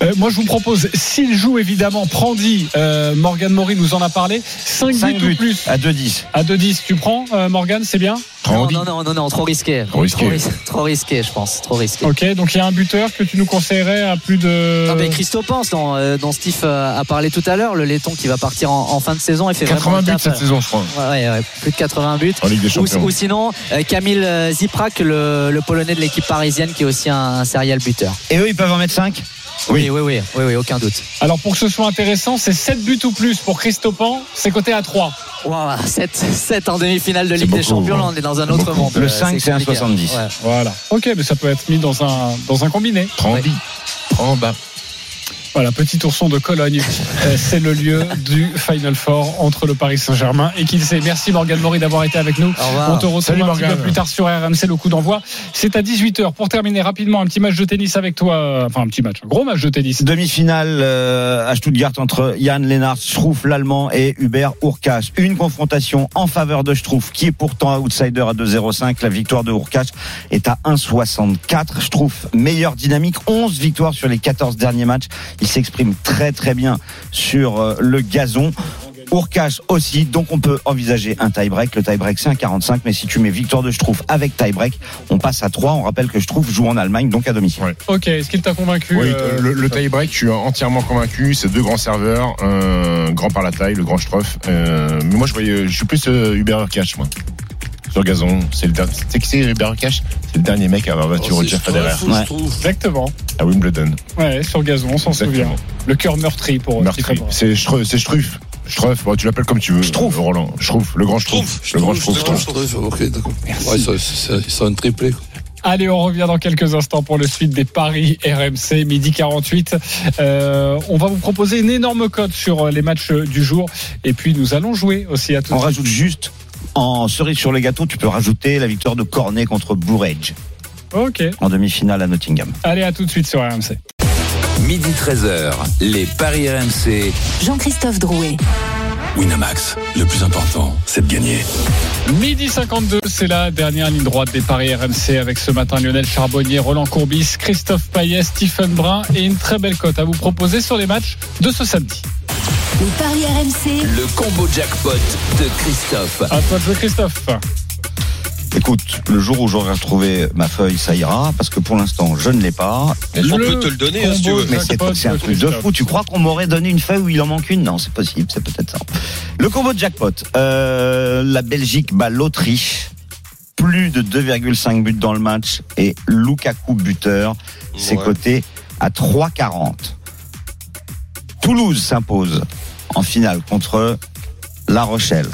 Euh, moi, je vous propose, s'il joue évidemment, Prandi, euh, Morgan Maury nous en a parlé, 5, Cinq buts, ou plus. à 2-10. À 2-10, tu prends, euh, Morgan, c'est bien Non, non, non, non, non, trop risqué. Trop risqué. ris- trop risqué, je pense. Trop risqué. Ok, donc il y a un buteur que tu nous conseillerais à plus de. Non, Ah, mais Christo pense, dont, euh, dont Steve euh, a parlé tout à l'heure, le laiton qui va partir en, en fin de saison et fait 80 vraiment le buts taf, cette euh, saison, je crois. Ouais, ouais, ouais, plus de 80 buts. En Ligue des ou, Champions. ou sinon, euh, Camille euh, Ziprak, le, le Polonais de l'équipe parisienne, qui est aussi un, un serial buteur. Et eux, ils peuvent en mettre 5 Oui, oui, oui, oui, oui, aucun doute. Alors, pour que ce soit intéressant, c'est 7 buts ou plus pour Christophan, c'est coté à 3. Waouh, 7, en demi-finale de C'est Ligue des beaucoup, Champions, là, hein. on est dans un autre monde. Le Euh, 5, c'est un compliqué. 70. Ouais. Voilà. Ok, mais ça peut être mis dans un, dans un combiné. Prandi. Pramba. Voilà, petit ourson de Cologne. Euh, c'est le lieu du Final Four entre le Paris Saint-Germain et qu'il sait. Merci Morgan Mori d'avoir été avec nous. Au revoir. On te retrouve Salut, un petit Morgane. peu plus tard sur RMC, le coup d'envoi. C'est à 18h. Pour terminer rapidement, un petit match de tennis avec toi. euh, Enfin, un petit match, un gros match de tennis. Demi-finale euh, à Stuttgart entre Jan Lennart Struff, l'allemand, et Hubert Urkash. Une confrontation en faveur de Struff, qui est pourtant outsider à 2,05. La victoire de Urkash est à 1,64. Struff, meilleure dynamique, 11 victoires sur les 14 derniers matchs. Il s'exprime très très bien sur euh, le gazon. Urkash aussi, donc on peut envisager un tie-break. Le tie-break c'est 1,45, mais si tu mets victoire de Struff avec tie-break, on passe à 3. On rappelle que Struff joue en Allemagne, donc à domicile. Ok, est-ce qu'il t'a convaincu Oui, euh, le, le tie-break, je suis entièrement convaincu. C'est deux grands serveurs, un grand par la taille, le grand Stroff. Euh, mais moi, je voyais, je suis plus euh, Hubert Cash, moi. Sur le gazon, c'est le dernier. Tu sais qui c'est Hubert Cash C'est le dernier mec à avoir battu Oh, Roger Ah, Federer Ouais. Exactement. à Wimbledon. Ouais, sur le gazon, on s'en Exactement. souvient. Le cœur meurtri pour euh, Meurtri. Christophe. C'est Stru- c'est Struff. Struff, bon, tu l'appelles comme tu veux. Struff. euh, Roland. Struff, le grand Struff. Struff, Le grand Struff, Struff. Struff. Struff. Ok, d'accord. Ouais, ça- ça- ils sont un triplé. quoi. Allez, on revient dans quelques instants pour le suite des paris RMC, midi 48. Euh, on va vous proposer une énorme cote sur euh, les matchs du jour. Et puis, nous allons jouer aussi à tout On de suite. rajoute juste en cerise sur le gâteau, tu peux rajouter la victoire de Cornet contre Bourrage Ok. en demi-finale à Nottingham. Allez, à tout de suite sur RMC. Midi 13h, les Paris RMC. Jean-Christophe Drouet. Winamax, le plus important, c'est de gagner. Midi 52, c'est la dernière ligne droite des paris RMC avec ce matin Lionel Charbonnier, Roland Courbis, Christophe Payet, Stephen Brun et une très belle cote à vous proposer sur les matchs de ce samedi. Les paris RMC. Le combo jackpot de Christophe. À toi de jouer, Christophe. Écoute, le jour où j'aurai retrouvé ma feuille, ça ira, parce que pour l'instant, je ne l'ai pas. On Le peut te le donner hein, si tu combo veux. Mais c'est Jackpot c'est un de truc de Christophe. fou. Tu crois qu'on m'aurait donné une feuille où il en manque une Non, c'est possible, c'est peut-être ça. Le combo de jackpot. Euh, la Belgique bat l'Autriche. Plus de 2,5 buts dans le match et Lukaku buteur. C'est Ouais. coté à 3,40. Toulouse s'impose en finale contre La Rochelle.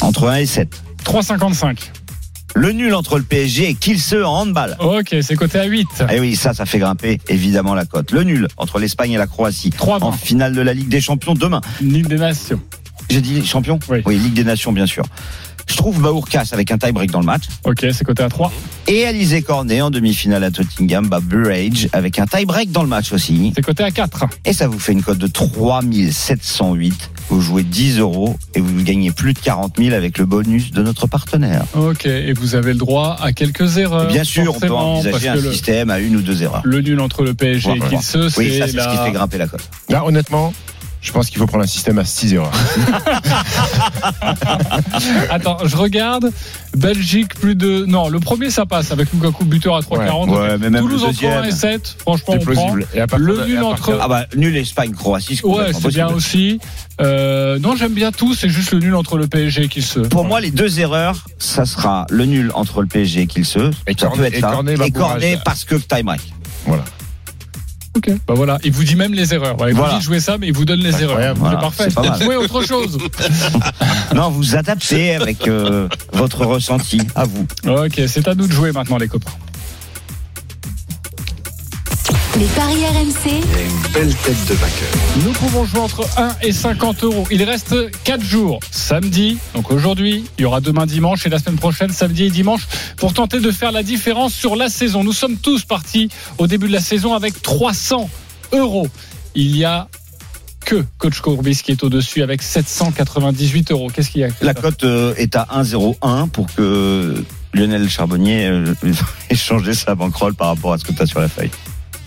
Entre 1 et 7. 3,55. Le nul entre le PSG et Kielce en handball. Ok, c'est coté à 8. Eh oui, ça, ça fait grimper évidemment la cote. Le nul entre l'Espagne et la Croatie 3-20. en finale de la Ligue des Champions demain. Ligue des Nations. J'ai dit champion Oui. Ligue des Nations, bien sûr. Je trouve Baourkas avec un tie-break dans le match. Ok, c'est coté à 3. Et Alizé Cornet en demi-finale à Tottingham, bah Burrage avec un tie-break dans le match aussi. C'est coté à 4. Et ça vous fait une cote de 3708. Vous jouez 10 euros et vous gagnez plus de 40 000 avec le bonus de notre partenaire. Ok, et vous avez le droit à quelques erreurs. bien sûr, on peut Euh, forcément, envisager parce un que le- système à une ou deux erreurs. le, nul entre le PSG Ouais, et ouais. Kielce, Oui, ça, c'est ce qui la- fait grimper la cote. Là, honnêtement, je je pense qu'il faut prendre un système à 6 erreurs. Attends, je regarde. Belgique, plus de. Non, le premier, ça passe avec Lukaku, buteur à 3,40. Ouais, ouais, mais même Toulouse le entre 1 et deuxième. 7. Franchement, C'est on plausible. prend. Et à partir de- le et nul à entre. partir- Ah bah nul Espagne Croatie. c'est Ouais, complètement c'est bien impossible. aussi. Euh, non, j'aime bien tout. C'est juste le nul entre le PSG qui se. Pour moi, les deux erreurs, ça sera le nul entre le PSG et Kilse. Et Ça Cornet- peut être et ça. Cornet, et Babourage. Cornet parce que time break. Voilà. Ok. Bah voilà, il vous dit même les erreurs. Ouais, il Voilà. vous dit jouez ça, mais il vous donne les erreurs. Voilà, C'est parfait. c'est pas mal. Jouez autre chose. Non, vous adaptez avec euh, votre ressenti à vous. ok, c'est à nous de jouer maintenant, les copains. Les paris RMC, Il y a une belle tête de vainqueur. Nous pouvons jouer entre 1 et 50 euros. Il reste 4 jours. Samedi, donc aujourd'hui, il y aura demain dimanche et la semaine prochaine, samedi et dimanche, pour tenter de faire la différence sur la saison. Nous sommes tous partis au début de la saison avec 300 euros. Il y a que Coach Courbis qui est au-dessus avec 798 euros. Qu'est-ce qu'il y a La cote euh, est à 1,01 pour que Lionel Charbonnier euh, ait changé sa bankroll par rapport à ce que tu as sur la feuille.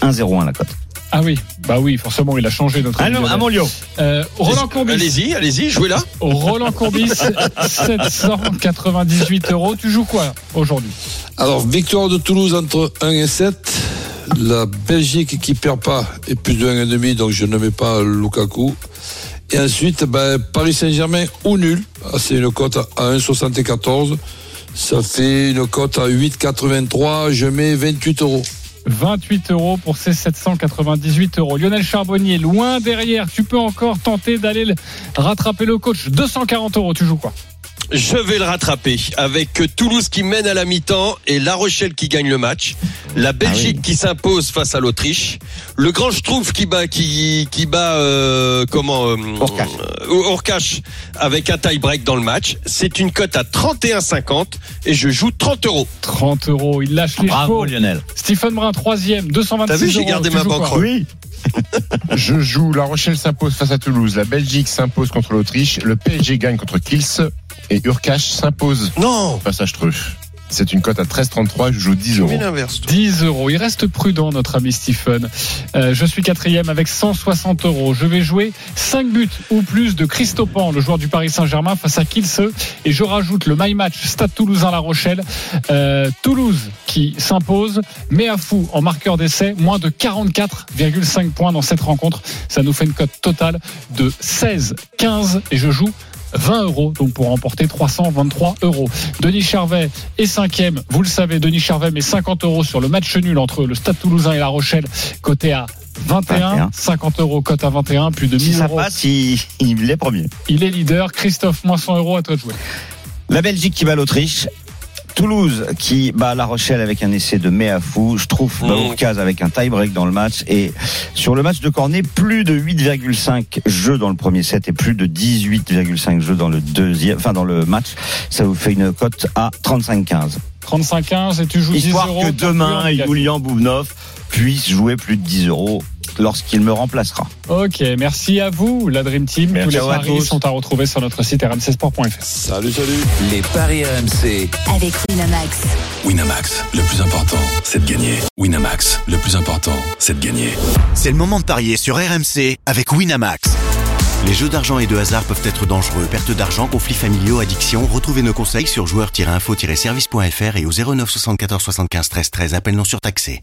1,01 la cote. Ah oui, bah oui, forcément, il a changé notre Allons, à Montlion. Euh, Roland Courbis. Ah Allez-y, allez-y, jouez là. Roland Courbis, 798 euros. Tu joues quoi aujourd'hui Alors, victoire de Toulouse entre 1 et 7. La Belgique qui perd pas et plus de 1,5, donc je ne mets pas Lukaku. Et ensuite, ben, Paris Saint-Germain ou nul. Ah, C'est une cote à 1,74. Ça fait une cote à 8,83. Je mets 28 euros. 28 euros pour ces 798 euros. Lionel Charbonnier, loin derrière. Tu peux encore tenter d'aller le- rattraper le coach. 240 euros. Tu joues quoi Je vais le rattraper avec Toulouse qui mène à la mi-temps et La Rochelle qui gagne le match, la Belgique qui s'impose face à l'Autriche, le Grand Schtroumpf qui bat qui qui bat euh, comment euh, Orkac. euh, Orkac avec un tie break dans le match. C'est une cote à 31,50 et je joue 30 euros. 30 euros. Il lâche les Bravo chevaux. Lionel. Stephen Brun, troisième. 226 T'as vu, j'ai euros. gardé Tu ma joues quoi banquerolle. Oui. Je joue, La Rochelle s'impose face à Toulouse, la Belgique s'impose contre l'Autriche, le PSG gagne contre Kils et Urkash s'impose Non. face à Struff. C'est une cote à 13,33, je joue 10 euros. Mais l'inverse. 10 euros. Il reste prudent, notre ami Stephen. Euh, je suis quatrième avec 160 euros. Je vais jouer 5 buts ou plus de Christophan, le joueur du Paris Saint-Germain, face à Kilse. Et je rajoute le My Match Stade Toulousain-La Rochelle. Euh, Toulouse qui s'impose, mais à fou en marqueur d'essai, moins de 44,5 points dans cette rencontre. Ça nous fait une cote totale de 16, 15 et je joue 20 euros, donc pour remporter 323 euros. Denis Charvet est cinquième. Vous le savez, Denis Charvet met 50 euros sur le match nul entre le Stade Toulousain et La Rochelle, côté à 21, 21. 50 euros, cote à 21, plus de Ah, Si 1000 ça euros. passe, il, il est premier. Il est leader. Christophe, moins 100 euros, à toi de jouer. La Belgique qui bat l'Autriche. Toulouse qui bat La Rochelle avec un essai de Méafou. Je trouve Mmh. Baourkaz avec un tie-break dans le match. Et sur le match de Cornet, plus de 8,5 jeux dans le premier set et plus de 18,5 jeux dans le deuxième, enfin dans le match. Ça vous fait une cote à 35-15. 35-15 et tu joues 10 Histoire euros. que t'as demain, plus un gagne. Julian Boubnov puisse jouer plus de 10 euros lorsqu'il me remplacera. Ok, merci à vous, la Dream Team. Merci tous les à vous à paris tous. sont à retrouver sur notre site rmcsport.fr. Salut, salut. Les paris RMC. avec Winamax. Winamax, le plus important, c'est de gagner. Winamax, le plus important, c'est de gagner. C'est le moment de parier sur RMC avec Winamax. Les jeux d'argent et de hasard peuvent être dangereux. Perte d'argent, conflits familiaux, addiction. Retrouvez nos conseils sur joueurs-info-service.fr et au 09 74 75 13 13. Appel non surtaxé.